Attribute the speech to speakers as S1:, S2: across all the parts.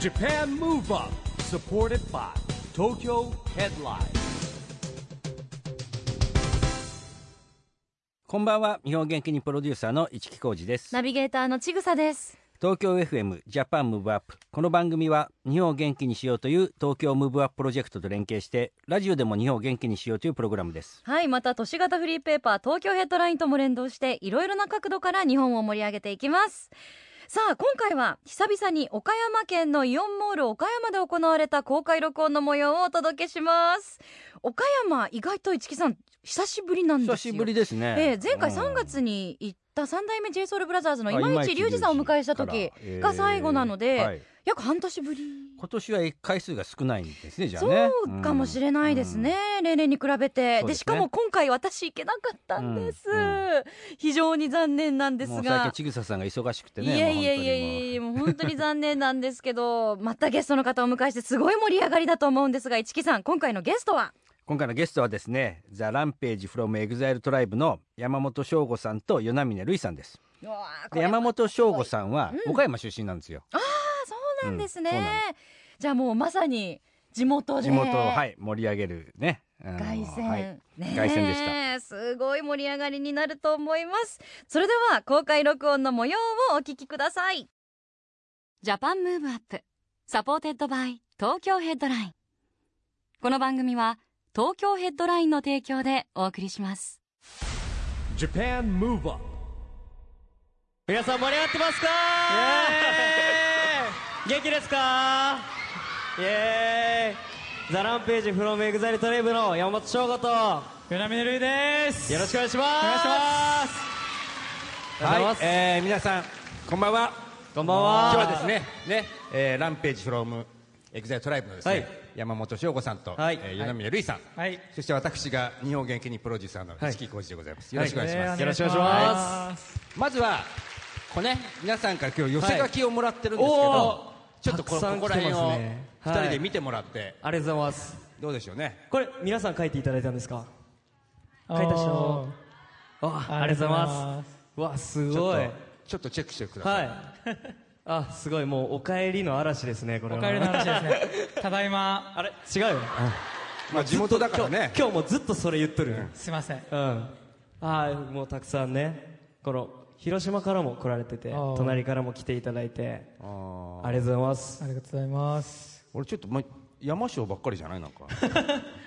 S1: JAPAN MOVE UP SUPPORTED BY TOKYO HEADLINE
S2: こんばんは日本元気にプロデューサーの市木浩司です
S3: ナビゲーターのちぐさです。
S2: 東京 FM ジャパンムーブアップこの番組は日本を元気にしようという東京ムーブアッププロジェクトと連携してラジオでも日本を元気にしようというプログラムです
S3: はい、また都市型フリーペーパー東京ヘッドラインとも連動していろいろな角度から日本を盛り上げていきます。さあ今回は久々に岡山県のイオンモール岡山で行われた公開録音の模様をお届けします岡山意外と市木さん久しぶりなんですよ
S2: 久しぶりですね、
S3: ええ前回
S2: うん
S3: 3月に行った三代目 j s o u l b r o t h e r の
S2: あ
S3: 今市隆二さんをお迎えした時
S2: からええ
S3: が最後なので、
S2: はい
S3: 約半年ぶり
S2: 今年は回数が少ないんですねじゃあね
S3: そうかもしれないですね、、例年に比べて
S2: そうですね
S3: で,、しかも今回私行けなかったんです、
S2: うん
S3: 非常に残念なん
S2: う
S3: で
S2: ん
S3: す
S2: もう最近
S3: が
S2: ちぐささんが忙しくて
S3: い
S2: ね
S3: やいやいや
S2: もう本当にもう
S3: いやもう本当に残念なんですけどまたゲストの方をお迎えしてすごい盛り上がりだと思うんですが市木さん今回のゲストは
S2: 今回のゲストはですねザ・ランページ・フロム・エグザイル・トライブの山本翔吾さんと与那峰瑠衣さんです
S3: うわーこ
S2: で
S3: れは
S2: 山本翔吾さんは
S3: うん
S2: 岡山出身なんですよ、
S3: そうなんですね、
S2: うんそうな
S3: じゃあもうまさに地元で
S2: 地元を、はい、盛り上げるねあの
S3: 凱旋、
S2: はい
S3: ねえ
S2: 凱旋でし
S3: すごい盛り上がりになると思いますそれでは公開録音の模様をお聞きくださいジャパンムーブアップサポーテッドバイ東京ヘッドラインこの番組は東京ヘッドラインの提供でお送りします
S1: JAPAN MOVE UP 皆さん盛り上がってますか元気ですかイエーイザランページフロムエグザイルトレイブの山本翔吾と
S4: よなみねるいです
S1: よろしくお願いします
S4: お願いします
S1: お願いし
S2: は
S1: ま
S2: い
S1: す、
S2: えー皆さんこんばんは
S1: こんばんは
S2: 今日はですねね、えーランページフロムエグザイルトライブのですね、
S1: はい
S2: 山本翔吾さんと、
S1: はい
S2: えー、与那峰瑠衣さん、
S4: はい
S2: そして私が日本元気にプロデューサーの
S1: い
S2: 錦木浩二でございます、よろしくお願いします、
S1: よろしくお願いします
S2: まずはこれね皆さんから今日寄せ書きをもらってるんですけど、
S1: はいお
S2: ちょっとこ
S1: たくさ
S2: こ
S1: ん
S2: こら
S1: 来てますね
S2: 辺を二
S1: は
S2: 人
S1: い
S2: で見てもらって、
S1: ありがとうございます
S2: どうでしょうね
S1: これ皆さん書いていただいたんですか書いた
S4: お
S1: 人
S4: ー
S1: ああ
S4: あ
S1: り
S4: り
S1: が
S4: が
S1: と
S4: と
S1: う
S4: うご
S1: ご
S4: ざい
S1: ざいま
S4: ます
S1: わす
S2: ちょっ
S1: ごい
S2: とちょっとチェックしてくださ、
S1: はいいあすごいもうお帰りの嵐ですねこれ
S4: お
S1: は
S4: かえりの話ですねただいま
S1: あれ違うよ
S2: まあ、地元だからね
S1: 今日今日もずっとそれ言っとるよ
S4: すいません
S1: うんああもうたくさんねこの広島からも来られてて
S4: あー
S1: 隣からも来ていただいて
S2: あー
S1: ありがとうございます
S4: ありがとうございます
S2: 俺ちょっと、ま、山椒ばっかりじゃないなん か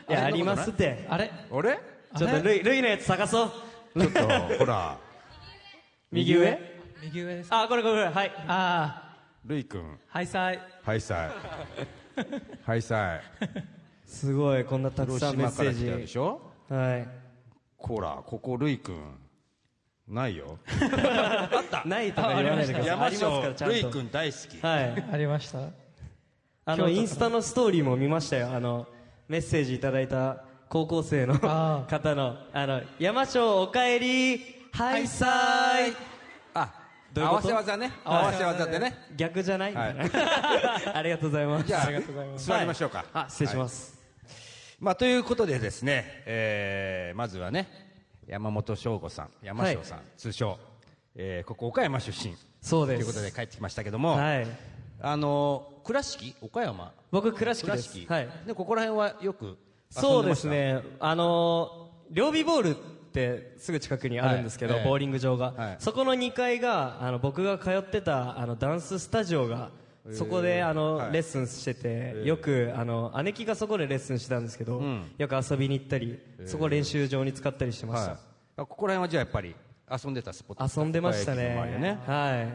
S1: いやありますって
S4: あれ
S2: あれ
S4: あ
S1: ちょっと
S4: れ
S1: ルイルイのやつ探そう
S2: ちょっとほら
S1: 右上
S4: 右上ですあ
S1: あこれこれこれはい
S4: あ
S2: るいくん
S4: ーハイサイ
S2: はいさいはいさい
S1: すごいこんなたく
S2: 広
S1: さんメ
S2: 島
S1: ッ
S2: か
S1: セ
S2: ら来た
S1: ー
S2: で
S1: ジ
S2: しょ
S1: はい
S2: ほらここるいくんない よ
S1: ないとか言わないでください
S2: 山
S1: ありますからち
S2: 椒
S1: ゃ
S2: るい
S1: んと
S2: くん大好き
S1: はい
S4: ありました京都
S1: あ
S4: か
S1: の
S4: ら
S1: インスタのストーリーも見ましたよあのメッセージいただいた高校生の
S4: あー
S1: 方の「あの山椒おかえりハイサイ
S2: あ
S1: どうい
S2: 合
S1: うこ
S2: わ
S1: と
S2: せ技ね合
S1: はい
S2: わせ技でね」
S1: 逆じゃないみたいな ありがとうございます
S2: じゃあ
S4: ありがとうございます
S2: 座りましょうか
S1: あ失礼し
S2: はい
S1: ます
S2: まあ、ということでですね、えーまずはね山本翔吾さん山椒さん、通称、えーここ岡山出身
S1: そうで
S2: と
S1: す
S2: いうことで帰ってきましたけども、
S1: はい
S2: あの倉敷岡山
S1: 僕倉敷
S2: 倉
S1: で
S2: 敷
S1: すはい
S2: でここら辺はよく遊んでました
S1: そうですねあのー両備ボールってすぐ近くにあるんですけど、
S2: はい
S1: ボーリング場が、
S2: はい
S1: そこの2階があの僕が通ってたあのダンススタジオがそこであの、
S2: はい
S1: レッスンしてて、よくあの姉貴がそこでレッスンしてたんですけど、よく遊びに行ったり、そこ練習場に使ったりしてまし
S2: はい
S1: た
S2: あ、ここら辺はじゃあやっぱり遊んでたスポット
S1: 遊んでました
S2: 駅
S1: ね
S2: の周りはね
S1: はい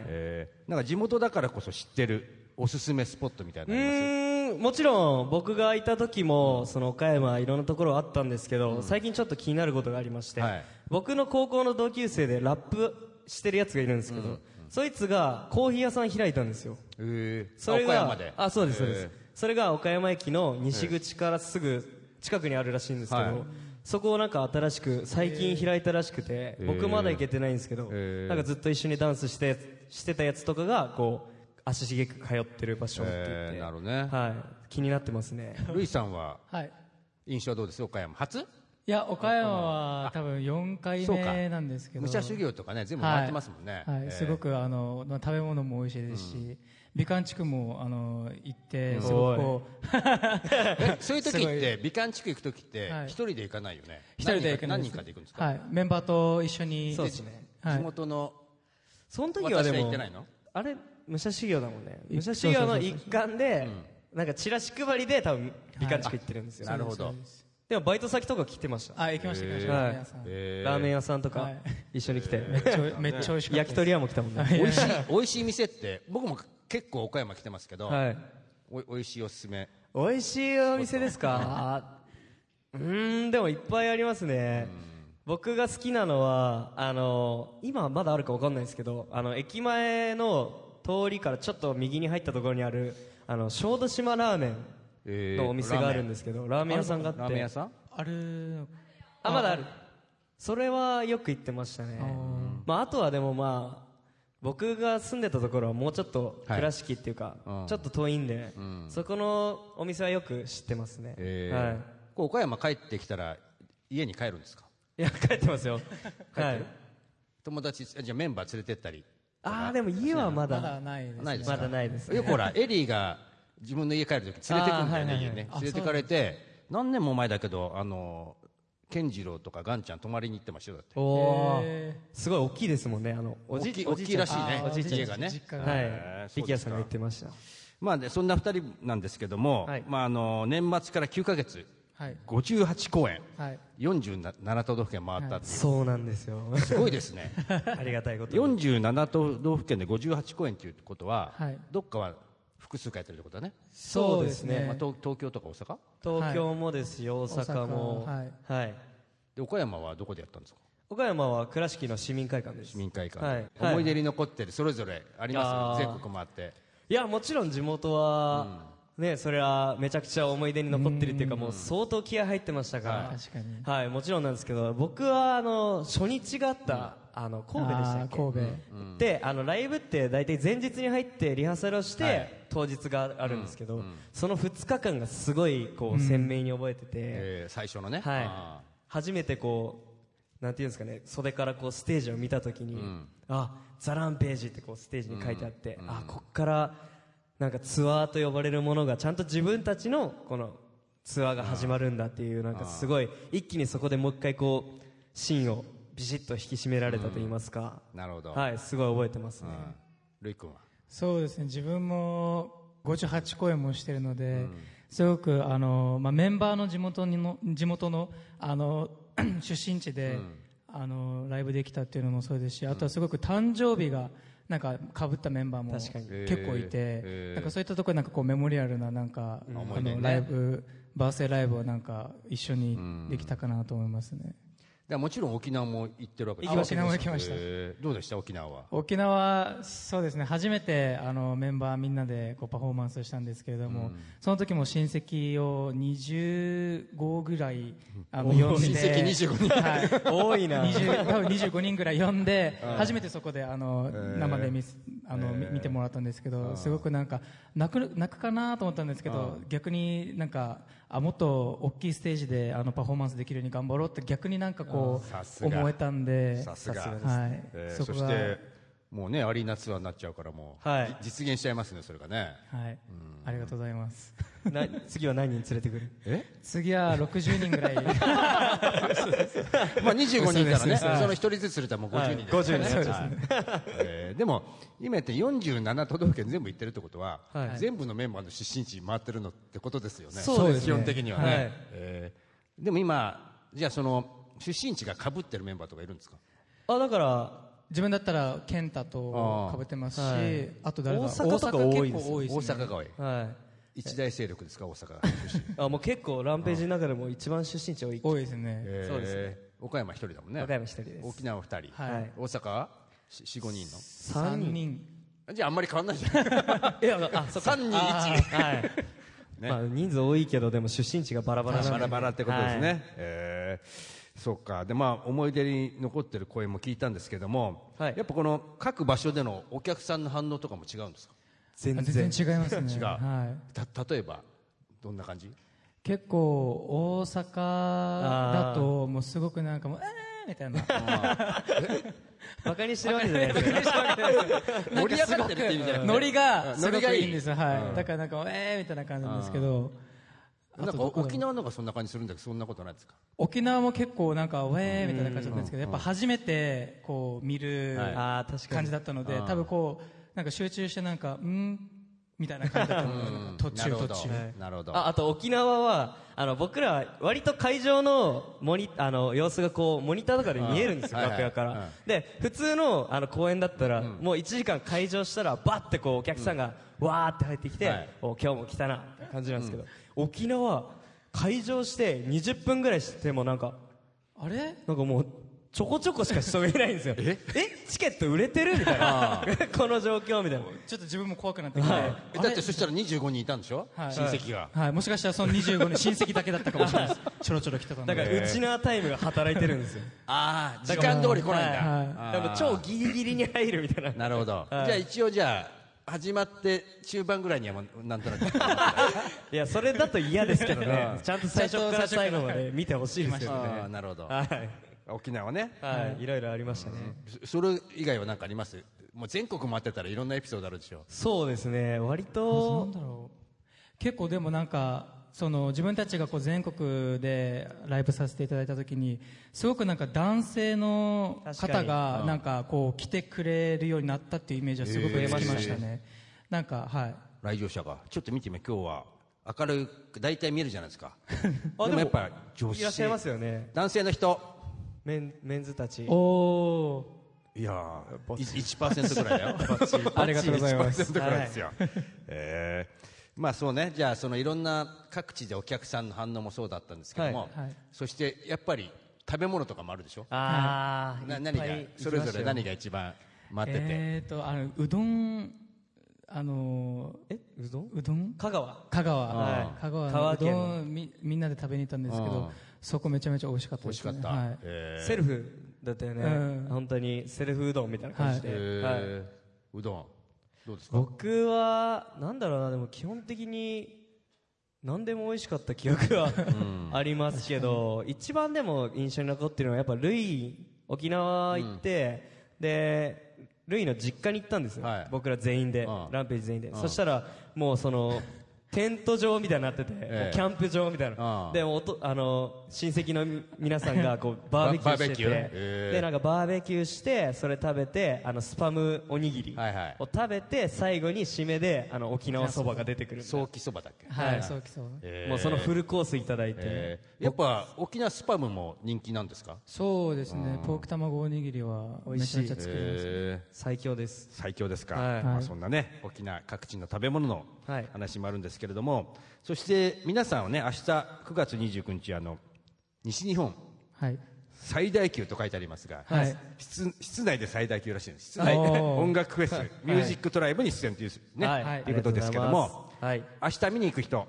S2: えーなんか地元だからこそ知ってるおすすめスポットみたいな
S1: う
S2: のあります
S1: ーんもちろん僕がいた時もその岡山いろんなところあったんですけど、最近ちょっと気になることがありまして、
S2: はい
S1: 僕の高校の同級生でラップしてるやつがいるんですけど、そいつがコーヒー屋さん開いたんですよ
S2: えー
S1: それ
S2: 岡
S1: が
S2: 山で
S1: あそうですそうです、
S2: えー
S1: それが岡山駅の西口からすぐ近くにあるらしいんですけど、
S2: はい
S1: そこをなんか新しく最近開いたらしくて、僕まだ行けてないんですけど、
S2: えー
S1: なんかずっと一緒にダンスしてしてたやつとかがこう足しげく通ってる場所って言って、
S2: えーなるほどね
S1: はい、気になってますね。
S2: ルイさんは
S4: はい
S2: 印象どうです岡山初
S4: いや、岡山は多分4回
S2: そうか
S4: 目なんですけど。
S2: 武者修行とかね全部回ってますもんね、
S4: はいはい
S2: えー
S4: すごくあのまあ食べ物も美味しいですし、美観地区もあの行って、すごくこう、
S2: えそういう時っ
S4: すごい
S2: て美観地区行く時って
S4: はい
S2: 一人で行かないよね
S4: 一人で行くんです
S2: 何人か何人かで行くんですか、
S4: はい、メンバーと一緒に
S1: そうですね
S4: はい
S2: 地元の
S1: その時はで
S2: 私は行
S1: も
S2: ってないの
S1: あれ武者修行だもんね武者修行の一環でなんかチラシ配りで多分美観地区行ってるんですよ、
S2: なるほど
S1: でもバイト先とか来てました、
S4: あ行きました行きました、
S1: はい
S4: 皆さん、
S2: えー
S1: ラーメン屋さんとか
S4: はい
S1: 一緒に来て、
S4: めっちゃめっちゃ美味しかった
S1: 焼き鳥屋も来たもんね
S2: 美味しい美味しい店って僕も結構岡山来てますけど、
S1: はい
S2: お美味しいおすすめ
S1: 美味しいお店ですかうーんでもいっぱいありますね僕が好きなのはあの今まだあるか分かんないですけどあの駅前の通りからちょっと右に入ったところにあるあの小豆島ラーメンのお店があるんですけど、ラーメン屋さんがあって
S2: ラーメン屋さん
S4: ある
S1: あまだあるそれはよく行ってましたねまあ、あとはでもまあ僕が住んでたところはもうちょっと
S2: はい
S1: 倉敷っていうか、
S2: うん
S1: ちょっと遠いんで、そこのお店はよく知ってますね、
S2: えー
S1: はい
S2: こう岡山帰ってきたら家に帰るんですか
S1: いや帰ってますよはい
S2: 友達じゃあメンバー連れてったり
S1: ああでも家はまだ
S4: まだないです、
S2: ないです
S1: ま
S2: か
S1: だないですね
S2: よくほらエリーが自分の家帰るとき連れてくんだよね、
S1: あーはいはいはい
S2: 家ね連れてかれて何年も前だけどあの健次郎とかガンちゃん泊まりに行ってましたよだって
S1: おおー、
S4: へ
S1: すごい大きいですもんねあのおじ
S2: 大きい
S1: お
S2: 大
S1: じい
S2: きいらしいね
S4: あー
S1: おじいちゃん
S2: 家がね
S4: 実家が
S1: は
S2: へ
S1: い
S2: ーそうですか
S1: 力也さんが言ってました
S2: まあでそんな2人なんですけども、
S1: はい
S2: まあ、あの年末から9か月
S4: はい
S2: 58公演
S4: はい
S2: 47都道府県回ったって、
S1: そうなんですよ
S2: すごいです ね
S1: ありがたいことに
S2: 47都道府県で58公演ということは、
S4: はい
S2: どっかは複数回やってるってことだね、
S1: そうですね
S2: まあ、東東京とか大阪
S1: 東京もですし、大阪も
S4: 大阪
S1: はい、
S2: で岡山はどこでやったんですか
S1: 岡山は倉敷の市民会館です
S2: 市民会館、
S1: はい
S2: 思い出に残ってるそれぞれあります
S1: い
S2: よ
S1: やー
S2: 全国回って
S1: いやもちろん地元は、ねそれはめちゃくちゃ思い出に残ってるっていうかもう相当気合入ってましたから
S4: 確かに
S1: はいもちろんなんですけど僕はあの初日があった、あの神戸でしたっけ
S4: あー神戸
S1: であのライブって大体前日に入ってリハーサルをして、
S2: はい
S1: 当日があるんですけど、その2日間がすごいこう鮮明に覚えてて、
S2: えー最初のね、
S1: は
S2: あ
S1: い、初めてこうなんていうんですかね袖からこうステージを見たときに、あザランページってこうステージに書いてあって、あこっからなんかツアーと呼ばれるものがちゃんと自分たちのこのツアーが始まるんだっていうなんかすごい一気にそこでもう一回こう芯をビシッと引き締められたと言いますか、
S2: ーなるほど、
S1: はいすごい覚えてますね、
S2: うんルイ君は
S4: そうですね自分も58公演もしてるので、すごくあの、まあ、メンバーの地元にの地元のあの 出身地で、あのライブできたっていうのもそうですしあとはすごく誕生日がなんか被ったメンバーも
S1: 確かに
S4: 結構いて、
S2: えー
S4: なんかそういったところでなんかこうメモリアルななんか、あ
S2: 思い出ね
S4: のライブバースデーライブをなんか一緒にできたかなと思いますね、
S2: でもちろん沖縄も行ってるわけで
S4: 行きました沖縄も行きました
S2: えーどうでした沖縄は
S4: 沖縄そうですね初めてあのメンバーみんなでこうパフォーマンスしたんですけれども、その時も親戚を25ぐらいあの呼んで
S2: 親戚25人
S4: はい
S1: 多い な
S4: 20多分25人ぐらい呼んで、初めてそこであの、生で見すあの、み見てもらったんですけど、すごくなんか泣く泣くかなと思ったんですけど、逆になんかあもっと大きいステージであのパフォーマンスできるように頑張ろうって逆になんかこ
S2: さす
S4: う
S2: が
S4: 思えたんで
S2: さすが
S4: はい
S2: えー
S4: そ
S2: そ
S4: こが
S2: してもうねアリーナツアーになっちゃうからもう、
S1: はい
S2: じ実現しちゃいますねそれがね
S4: はい、ありがとうございます。
S1: な次は何人連れてくる
S2: え
S4: 次は60人ぐ らい。
S2: まあ25人からね、その一人ずつするともう50人ですからね。
S1: はい50人
S2: はいえーでも、今言って47都道府県全部行ってるってことは、
S1: はい
S2: 全部のメンバーの出身地回ってるのってことですよね。
S1: そうです
S4: ね
S2: 基本的にはね。
S1: はい
S2: えーでも今、じゃあその、出身地が被ってるメンバーとかいるんですか
S1: あだから
S4: 自分だったら健太と被ってますし、あ,、
S1: はい
S4: と誰だ
S1: 大阪とか多いですよ
S4: 大阪結構多い
S2: 大
S4: ですね。
S2: 阪が多い。
S1: はい
S2: 一大勢力ですか、大阪が。
S1: あもう結構ランページの中でも一番出身地多い
S4: 多いですね。
S2: えー
S1: そうですね
S2: 岡山一人だもんね。
S1: 岡山一人です
S2: 沖縄二人。
S4: はい
S2: 大阪はし四五人の。
S1: 3
S4: 3
S1: 人
S4: 人。
S2: じゃああんまり変わんないじゃん。
S1: いや、あ、そっか。
S2: 三人一
S1: はい。まあ、人数多いけど、でも出身地がバラバラなんで
S2: バラバラってことですね。
S1: はい
S2: えーそうか。で、まあ、思い出に残ってる声も聞いたんですけども、
S1: はい
S2: やっぱこの各場所でのお客さんの反応とかも違うんですか
S1: 全
S4: あ
S1: 然。
S4: 全然違いますね。
S2: 違う
S4: は
S2: た、例えば、どんな感じ
S4: い。結構大阪だともうすごくなんかもう「えー!」みたいな
S1: バカにしてるわけじゃないですよ
S4: なんかすご
S5: 盛り上がってるって意味じゃなく
S4: く
S5: て
S4: ノリが
S5: うん
S4: す
S5: ノ
S4: ご
S5: リが
S4: く
S5: いい
S4: いいんですよはいだからなんかもう「えー!」みたいな感じなんですけどあ
S2: なん
S4: と
S2: か
S4: どこだろう
S2: 沖縄の方がそんな感じするんだけどそんなことないですか
S4: 沖縄も結構なんか「ウェー!」みたいな感じだったんですけどやっぱ初めてこう見る
S2: はい
S1: あー確かに
S4: 感じだったので多分こうなんか集中してなんか「ん?」みたいな感じだったので 途
S2: な
S4: 中
S2: るほ
S4: 途
S2: ど
S4: 中
S2: なるほど
S1: ああと沖縄はあの僕らは割と会場のモニあの様子がこうモニターとかで見えるんですよ、
S2: うん
S1: 楽屋から、
S2: はいはい
S1: で普通のあの公演だったら、もう1時間会場したらバッてこうお客さんがわーって入ってきて、
S2: はい
S1: お今日も来たなって感じなんですけど、沖縄会場して20分ぐらいしてもなんか
S4: あれ
S1: なんかもうちょこちょこしか人がいないんですよえチケット売れてるみたいな この状況みたいな
S4: ちょっと自分も怖くなってきてあ
S2: えだってそしたら25人いたんでしょ親
S4: はい
S2: 戚が
S4: れはいもしかしたらその25の親戚だけだったかもしれないですちょろちょろ来てたの
S1: だ
S4: で
S1: からうちなタイムが働いてるんですよ
S2: ああ時間通り来ないんだ
S4: はい
S2: あー
S1: でも超ギリギリに入るみたいな
S2: なるほどじ
S1: はい
S2: ゃあ一応じゃあ始まって中盤ぐらいにはもうなんとなく あ
S1: いやそれだと嫌ですけどねちゃんと最初から最後まで見てほしいですよ
S2: ー
S1: ね
S2: なるほど
S1: はい
S2: 沖縄ね
S1: はいいろいろありましたね
S2: そそれ以外は何かありますもう全国回ってたらいろんなエピソードあるでしょ
S1: そうですね割
S4: な
S1: と
S4: んだろう結構でもなんかその自分たちがこう全国でライブさせていただいた時にすごくなんか男性の方
S1: 確か
S4: がなんかこう来てくれるようになったっていうイメージはすごく
S2: へ
S4: 出
S2: ー
S4: ましたね、なんかはい
S2: 来場者がちょっと見てみ今日は明るく大体見えるじゃないですか
S1: あ
S2: でもやっぱ女
S1: いらっしゃい
S2: 性
S1: ますよね
S2: 男性の人
S1: メンメンズたち
S4: おお
S2: いやーい1%ぐらいだ よ
S4: ありがとうございます
S2: 1%ぐらいですよ、えーまあそうねじゃあそのいろんな各地でお客さんの反応もそうだったんですけども、
S1: はい
S4: はい
S2: そしてやっぱり食べ物とかもあるでしょ
S1: ああ
S2: な何がそれぞれ何が一番待ってて、
S4: えっ、とあのうどんあの
S1: えうどん
S4: うどん
S1: 香川
S4: 香川、
S1: はい
S4: 香川の
S1: 香川
S4: う
S1: 県
S4: ど
S1: の
S4: んをみみんなで食べに行ったんですけ
S2: うん
S4: どそこめちゃめちゃ美味しかった
S2: 美
S4: で
S2: 味し
S4: す、
S2: か
S4: ね、
S2: った、
S4: はい
S2: えー
S1: セルフだったよ
S4: うん
S1: ね本当にセルフうどんみたいな感じ
S2: え
S1: で
S2: ー
S1: はいう
S2: どんどうですか
S1: 僕はなんだろうなでも基本的に何でも美味しかった記憶はありますけど一番でも印象に残ってるのはやっぱルイ沖縄行って、でルイの実家に行ったんですよ、
S2: はい
S1: 僕ら全員で、
S2: うん
S1: ランページ全員で、そしたらもうそのテント場みたいになってて、
S2: ええ
S1: もうキャンプ場みたいな、
S2: うん
S1: でおとあの親戚の皆さん がこうバーベキューしてて
S2: バーベキューええ
S1: でなんかバーベキューしてそれ食べてあのスパムおにぎり
S2: はいはい
S1: を食べて最後に締めであの沖縄そばが出てくるんで
S2: 早期そばだっけ、
S4: はい、
S1: はい
S4: そうきそう
S2: えー
S1: もうそのフルコースいただいて、
S2: えーやっぱ沖縄スパムも人気なんですか
S4: そうですね、ポーク卵おにぎりは
S1: 美味しい
S4: めちゃめちゃ作ります、
S1: 最強です
S2: 最強ですか、
S1: はい
S2: ま
S4: は
S2: あ、
S4: い
S2: そんなね沖縄各地の食べ物の
S1: はい
S2: 話もあるんですけれども、そして皆さんはね明日9月29日あの西日本
S4: はい
S2: 最大級と書いてありますが、
S4: はい
S2: 室室内で最大級らしいんです室内
S4: おー
S2: 音楽フェス、ミュージックトライブに出演という,、ね
S1: はい
S4: はい
S2: ということですけども、
S1: はい
S2: 明日見に行く人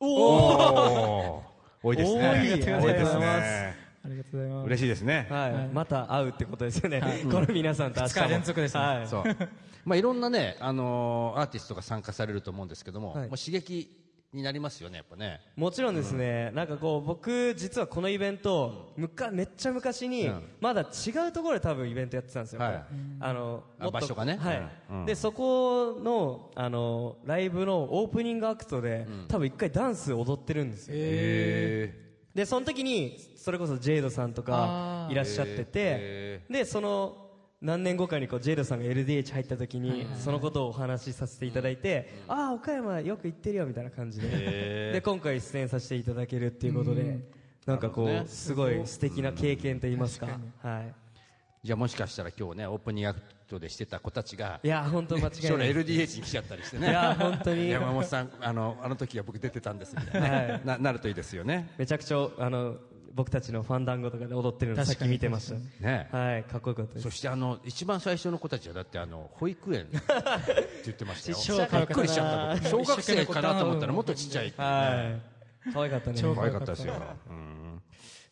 S1: おお
S2: おー多いですね
S1: 多いありがとうございます
S2: 多ね
S4: ありがとうございます
S2: 嬉しいですね、
S1: はい、また会うってことですよね、 この皆さんと明日
S4: 二
S1: も
S4: 日連続ですね
S1: はい、
S2: そう。まあいろんなね、あのーアーティストが参加されると思うんですけども、
S1: はい
S2: もう刺激になりますよね、やっぱね。
S1: もちろんですね、なんかこう僕実はこのイベントむかめっちゃ昔に、
S2: うん
S1: まだ違うところで多分イベントやってたんですよ、
S2: はい
S1: これあの
S2: あ
S1: もっと
S2: 場所がね
S1: はい
S2: うんうん
S1: でそこのあのライブのオープニングアクトで、多分一回ダンス踊ってるんですよ、
S2: へ
S1: でその時にそれこそジェイドさんと
S4: あ
S1: か
S4: ー
S1: いらっしゃってて、
S2: へ
S1: でその何年後かにこうジェイドさんが LDH 入った時にそのことをお話しさせていただいて、ああ岡山よく行ってるよみたいな感じで、で今回出演させていただけるっていうことで、なんかこう、
S2: なるほどね
S1: すごい素敵な経験といいますか,、はい、
S2: じゃあもしかしたら今日ね、オープニングアクトでしてた子たちが
S1: い、や本当間違い
S2: 将
S1: な
S2: 来
S1: い
S2: LDH に来ちゃったりしてね。
S1: いや本当に
S2: 山本さん、あの、あの時は僕出てたんですみたいな、ねな。なるといいですよね。
S1: めちゃくちゃあの僕たちのファンダンゴとかで踊ってるのさっき見てました
S2: ね
S1: はい、かっこよかったです
S2: そしてあの、一番最初の子たちはだってあの、保育園って言ってま したよ。びっくりしちゃった僕。小学生かなと思ったらもっとちっちゃい。
S1: はい。可愛かったね。
S4: 超
S2: 可愛かったですよ。うん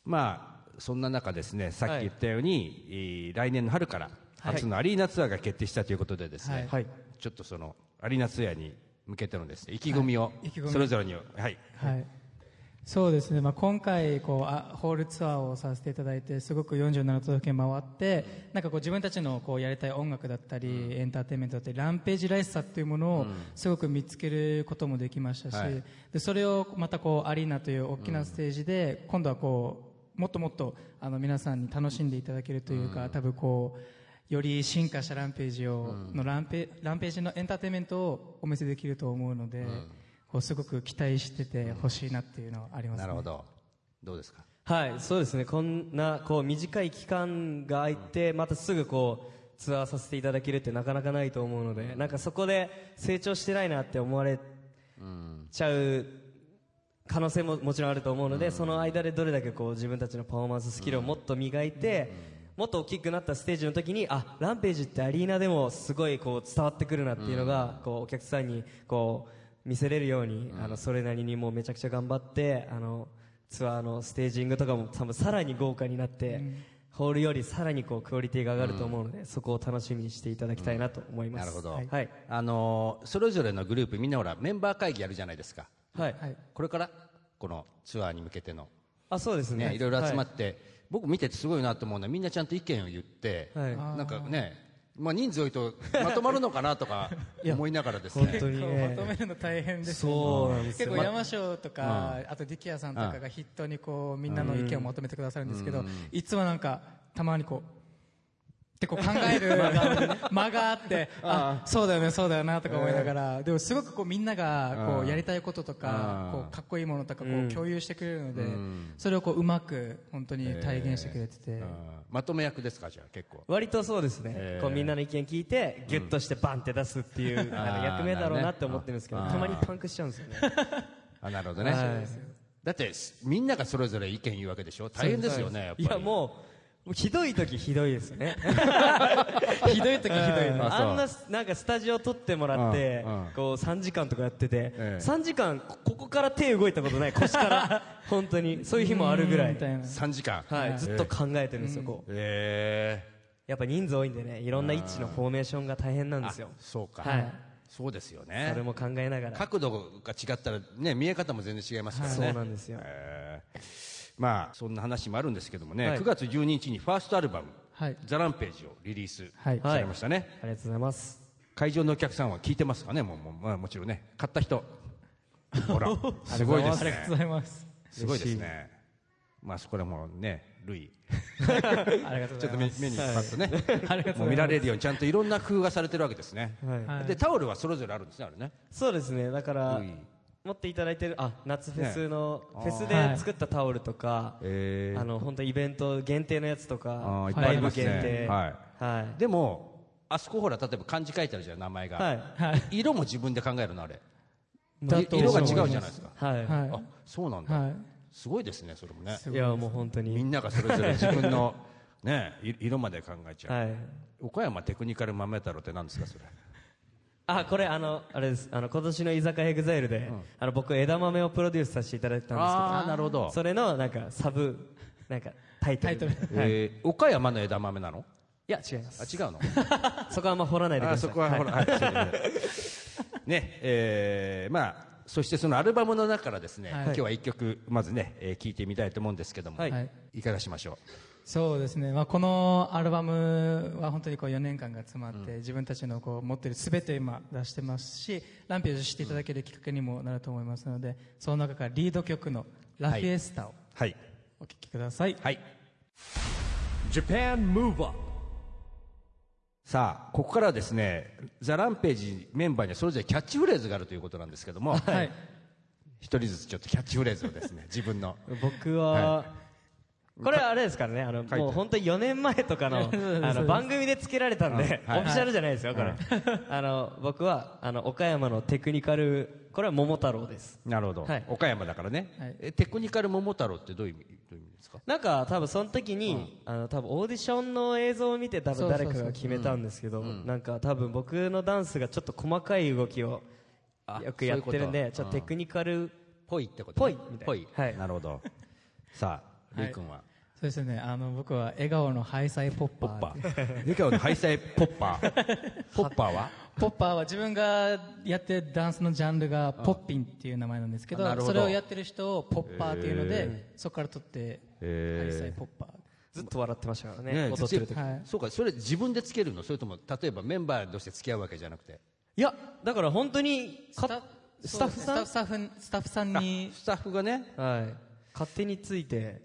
S2: まあそんな中ですね、さっき言ったように、えー来年の春から初のアリーナツアーが決定したということでですね、
S1: はい。
S2: ちょっとそのアリーナツアーに向けてのですね意気込みを
S4: い意気込み
S2: それぞれに、はい、
S4: はいそうですね、まあ、今回こうあホールツアーをさせていただいてすごく47都道府県回ってなんかこう自分たちのこうやりたい音楽だったり、エンターテインメントだったりランページらしさっていうものをすごく見つけることもできましたし、
S2: はい
S4: でそれをまたこうアリーナという大きなステージで、今度はこうもっともっとあの皆さんに楽しんでいただけるというか、多分こうより進化したランページを、のランペランページのエンターテインメントをお見せできると思うので、こうすごく期待しててほしいなっていうのはありますね。
S2: なるほど。どうですか
S1: はい、そうですね。こんな、こう、短い期間が空いて、またすぐこう、ツアーさせていただけるってなかなかないと思うので、なんかそこで成長してないなって思われちゃう可能性ももちろんあると思うので、その間でどれだけこう、自分たちのパフォーマンススキルをもっと磨いて、もっと大きくなったステージの時に、あ、ランページってアリーナでもすごいこう、伝わってくるなっていうのが、こう、お客さんにこう、見せれるように、あの、それなりにもうめちゃくちゃ頑張って、あの、ツアーのステージングとかも多分さらに豪華になって、ホールよりさらにこうクオリティが上がると思うので、そこを楽しみにしていただきたいなと思いま
S2: な
S1: す、
S2: るほど。
S1: はい、はい
S2: あのーそれぞれのグループ、みんなほら、メンバー会議やるじゃないですか。
S1: はい
S4: はい
S2: これから、このツアーに向けての、
S1: あそうですね、
S2: ね、いろいろ集まってて、僕見ててすごいなと思うのは、みんなちゃんと意見を言って、
S1: はい
S2: なんかね、まあ人数多いとまとまるのかなとか思いながらです
S1: 本
S2: ね
S1: 当。に
S4: 結構まとめ
S1: ね
S4: るの大変ですよね
S1: そうなんです
S4: 結
S1: よ
S4: 構山椒とか、あとディキアさんとかが筆頭にこうみんなの意見をまとめてくださるんですけど、いつもなんかたまにこう。ってこう考え る間があってあそうだよねそうだよなとか思いながら、でもすごくこうみんながこうやりたいこととか
S2: あー
S4: こうかっこいいものとかこ
S1: うん
S4: う共有してくれるので、
S2: ん
S4: それをこううまく本当に体現してくれてて、
S2: うんまとめ役ですか、じゃあ結構。
S1: 割とそうですね、
S2: えー
S1: こうみんなの意見聞いてギュッとしてバンって出すっていう、なんか役目だろうなって思ってるんですけど、
S2: あー
S1: たまにパンクしちゃうんですよね
S2: あなるほどね。だって、みんながそれぞれ意見言うわけでしょ大変ですよね、やっぱり。
S1: いやもうもうひどい時ひどいです ね
S4: ひどい時ひどい
S2: うんあそう
S1: あんななんかスタジオ撮ってもらって
S2: うんうん
S1: こう3時間とかやってて
S2: ええ
S1: 3時間こここから手動いたことない腰から 本当にそういう日もあるぐら
S4: み
S1: い
S4: たいな
S2: 3時間。
S1: はいずっと考えてるんですよこう
S2: え
S1: やっぱ人数多いんでねいろんな位置のフォーメーションが大変なん
S2: ー
S1: で
S2: あ
S1: すよ
S2: そうか、
S1: はい
S2: そうですよ
S1: それ
S2: ね
S1: も考えながら
S2: 角度が違ったらね見え方も全然違いますからね
S1: そうなんですよ
S2: えーまあそんな話もあるんですけどもね、
S1: はい
S2: 9月12日にファーストアルバム
S4: はい
S2: 「ザランページをリリース
S4: はい
S2: されましたね、
S1: ありがとうございます
S2: 会場のお客さんは聞いてますかねもうもう、まあ、もちろんね買った人ほ らすごいです
S4: ありが
S2: ね
S4: とうございます
S2: すごいですねまあそこらもねルイ
S4: ありがとうご
S2: ち
S4: ざ
S2: ょっ
S4: いま
S2: と
S4: す
S2: 目目にパッとね、
S4: ありがとうございます
S2: もう見られるようにちゃんといろんな工夫がされてるわけですね、
S1: はい
S4: はい
S2: でタオルはそれぞれあるんですねあれね
S1: そうですねだから
S2: うん
S1: 持っていただいてるあ夏フェスのフェス
S4: は
S1: で
S4: い
S1: 作ったタオルとか
S2: えー
S1: あの本当イベント限定のやつと
S2: あ
S1: か
S2: ーいっぱいあ
S1: ライ
S2: り
S1: ブ
S2: ますね
S1: 限定
S2: は
S1: はい
S2: でもあそこほら例えば漢字書いてあるじゃん名前が、
S1: はい
S4: はい
S2: 色も自分で考えるのあれ
S4: だ
S2: い
S4: と
S2: 色
S4: 思
S2: が違
S4: いうます
S2: じゃないですか、
S1: はい
S4: はい
S2: あそうなんだ、
S4: は
S2: すごいですねそれもね
S1: いやもう本当
S2: み
S1: に
S2: んながそれぞ れ自分のねい色まで考えちゃう、
S1: はい
S2: 岡山テクニカル豆太郎って何ですかそれ
S1: あこれあのあれですあの今年の居酒屋エグザイルで、あの僕枝豆をプロデュースさせていただいたんです
S2: ああなるほ
S1: け
S2: ど
S1: ど、それのなんかサブなんかタイトル
S4: タイト
S1: はい、い
S2: えー岡山の枝豆なの
S1: や違います
S2: あ違うの
S1: そこはあんま掘らないでく
S2: あ
S1: ださ
S2: そ
S1: い
S2: こはほら、はいすいませんねえーまあそしてそのアルバムの中からですね、
S4: はい、
S2: 今日は一曲まずね、えー聞いてみたいと思うんですけども、
S1: はいい
S4: はい
S2: いかがしましょ
S4: そうですね、まあ、このアルバムは本当にこう4年間が詰まって、自分たちのこう持っているすべてを今出してますしランページを知っていただけるきっかけにもなると思いますのでその中からリード曲の「ラフィエスタ」を
S2: うはい
S4: お聴きください、
S2: はい
S6: Japan Move Up,
S2: さあここからはですねザ・ランページメンバーにはそれぞれキャッチフレーズがあるということなんですけども、
S4: はい
S2: 一人ずつちょっとキャッチフレーズをですね 自分の
S1: 僕は、これはあれですからねあの
S2: て
S1: もう本当に4年前とか のあの番組でつけられたんで、
S2: はい
S1: オフィシャルじゃないですよこれ、 あの僕はあの岡山のテクニカルこれは桃太郎です
S2: なるほど、
S1: はい
S2: 岡山だからね、
S4: はい
S2: えテクニカル桃太郎ってどういう意味どういう意味ですか
S1: なんか多分その時に、あの多分オーディションの映像を見て多分誰かが決めたんですけどなんか多分僕のダンスがちょっと細かい動きを
S2: あ
S1: よくやってるん
S2: そういう
S1: で
S2: こと
S1: ちょっとテクニカル
S2: ぽいってことね
S1: ぽいみた
S2: ぽい、
S1: いなはい
S2: なるほどさ
S4: は
S2: ある
S4: い
S2: い君は、
S4: そうですねあの僕は笑顔のハイサイポッパ
S2: ポッ
S4: ー
S2: パー。笑顔のハイサイポッパー。ポッパーは
S4: ポッパーは自分がやってるダンスのジャンルがポッピンっていう名前なんですけど
S2: あなるほど
S4: それをやってる人をポッパーっていうので、そこから取って
S2: へー
S4: 愛妻ポッパー
S1: ずっと笑ってましたからね
S2: ね
S1: 踊ってる時、
S4: はい
S2: そうかそれ自分でつけるのそれとも例えばメンバーとして付き合うわけじゃなくて
S1: いやだから本当にかスタッフさん
S4: スタッフさんスタッフさんに
S2: スタッフがね
S1: はい勝手について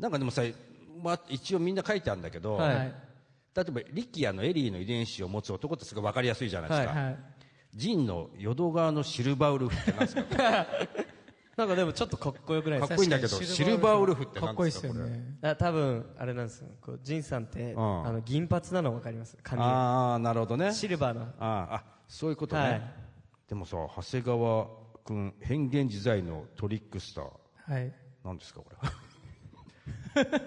S2: なんかでもさ、まあ、一応みんな書いてあるんだけど、
S1: はい
S4: はい
S2: 例えばリキアのエリーの遺伝子を持つ男ってすごい分かりやすいじゃないですか、
S4: はい
S2: ジンの淀川のシルバーウルフってなん ですかか
S1: なんかでもちょっとかっこよくないです
S2: っこいいんだけど
S4: 確かに
S2: シルバーウルフって
S4: か
S2: な
S4: っ
S2: ん
S4: こい
S2: で
S4: いですす
S2: か
S4: よ
S2: これ
S4: ね
S1: あ多分あれなんですよこうジンさんって、
S2: ん
S1: あの銀髪なの分かります髪が
S2: ああなるほどね
S1: シルバーの
S2: あああそういうことね、
S1: はい
S2: でもさ長谷川君変幻自在のトリックスター
S4: はい
S2: なんですかこ れ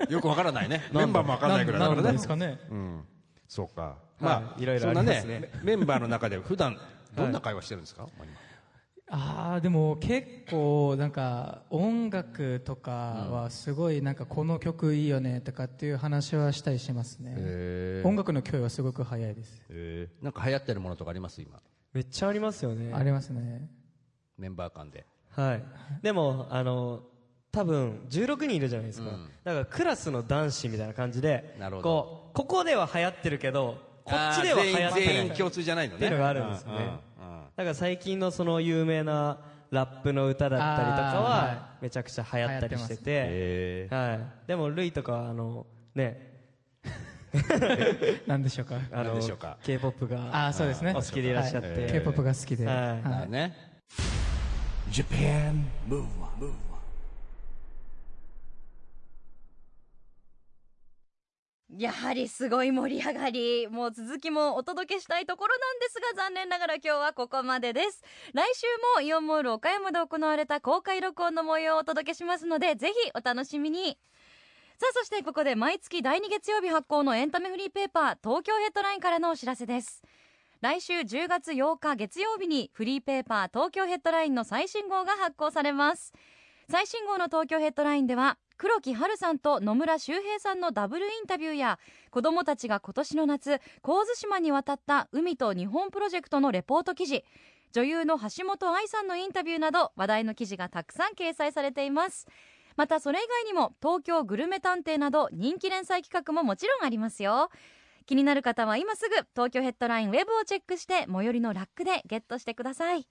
S2: よくわからないねメンバーもわからないぐらいだから
S4: ん
S2: ね
S4: ですかね
S2: うんそうか、まあ
S1: いろいろ
S2: そ
S1: あ
S2: ん
S1: り
S2: な
S1: ますね
S2: ねメンバーの中で普段どんな会話してるんですか、まあ今
S4: ああでも結構なんか音楽とかはすごいなんかこの曲いいよねとかっていう話はしたりしますね音楽の共有はすごく早いです
S2: えーなんか流行ってるものとかあります今
S1: めっちゃありますよね
S4: ありますね
S2: メンバー間で
S1: はいでもあの多分16人いるじゃないですか、だからクラスの男子みたいな感じで
S2: なるほど
S1: こうここでは流行ってるけどこっちでは流行
S2: あ
S1: っ
S2: ー
S1: て
S2: 全員全
S1: な
S2: 員
S1: い
S2: 共通じゃないのね
S1: っていうのがあるんですよね
S2: うんうんうん
S1: だから最近のその有名なラップの歌だったりとか
S4: あー
S1: はめちゃくちゃ流行ったりしてて、
S2: え
S1: はい、でもルイとかはあのね
S4: 何でしょうか
S1: あ
S2: 何
S1: の
S2: でしょうか
S1: k p o p が
S4: ああそうですね
S1: お好きでいらっしゃって
S4: はい K-POP が好きで
S1: はい
S2: ー
S4: は
S2: だね
S6: Japan Move Up, Move Up.
S3: やはりすごい盛り上がりもう続きもお届けしたいところなんですが残念ながら今日はここまでです来週もイオンモール岡山で行われた公開録音の模様をお届けしますのでぜひお楽しみにさあそしてここで毎月第2月曜日発行のエンタメフリーペーパー東京ヘッドラインからのお知らせです来週10月8日月曜日にフリーペーパー東京ヘッドラインの最新号が発行されます最新号の東京ヘッドラインでは黒木華さんと野村周平さんのダブルインタビューや子どもたちが今年の夏神津島に渡った海と日本プロジェクトのレポート記事女優の橋本愛さんのインタビューなど話題の記事がたくさん掲載されていますまたそれ以外にも東京グルメ探偵など人気連載企画ももちろんありますよ気になる方は今すぐ東京ヘッドラインウェブをチェックして最寄りのラックでゲットしてください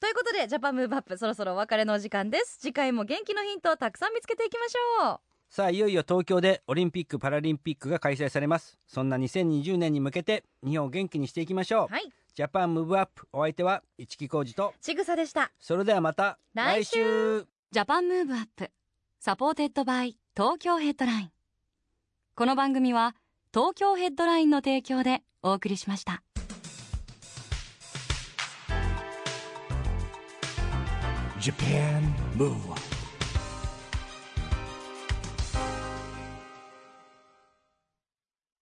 S3: ということでジャパンムーブアップそろそろお別れのお時間です次回も元気のヒントをたくさん見つけていきましょう
S5: さあいよいよ東京でオリンピック・パラリンピックが開催されますそんな2020年に向けて日本を元気にしていきましょう、
S3: はい
S5: ジャパンムーブアップお相手は市木浩二と
S3: ちぐさでした
S5: それではまた
S3: 来週
S5: 来週
S3: ジャパンムーブアップサポーテッドバイ東京ヘッドラインこの番組は東京ヘッドラインの提供でお送りしました
S6: Japan Move Up.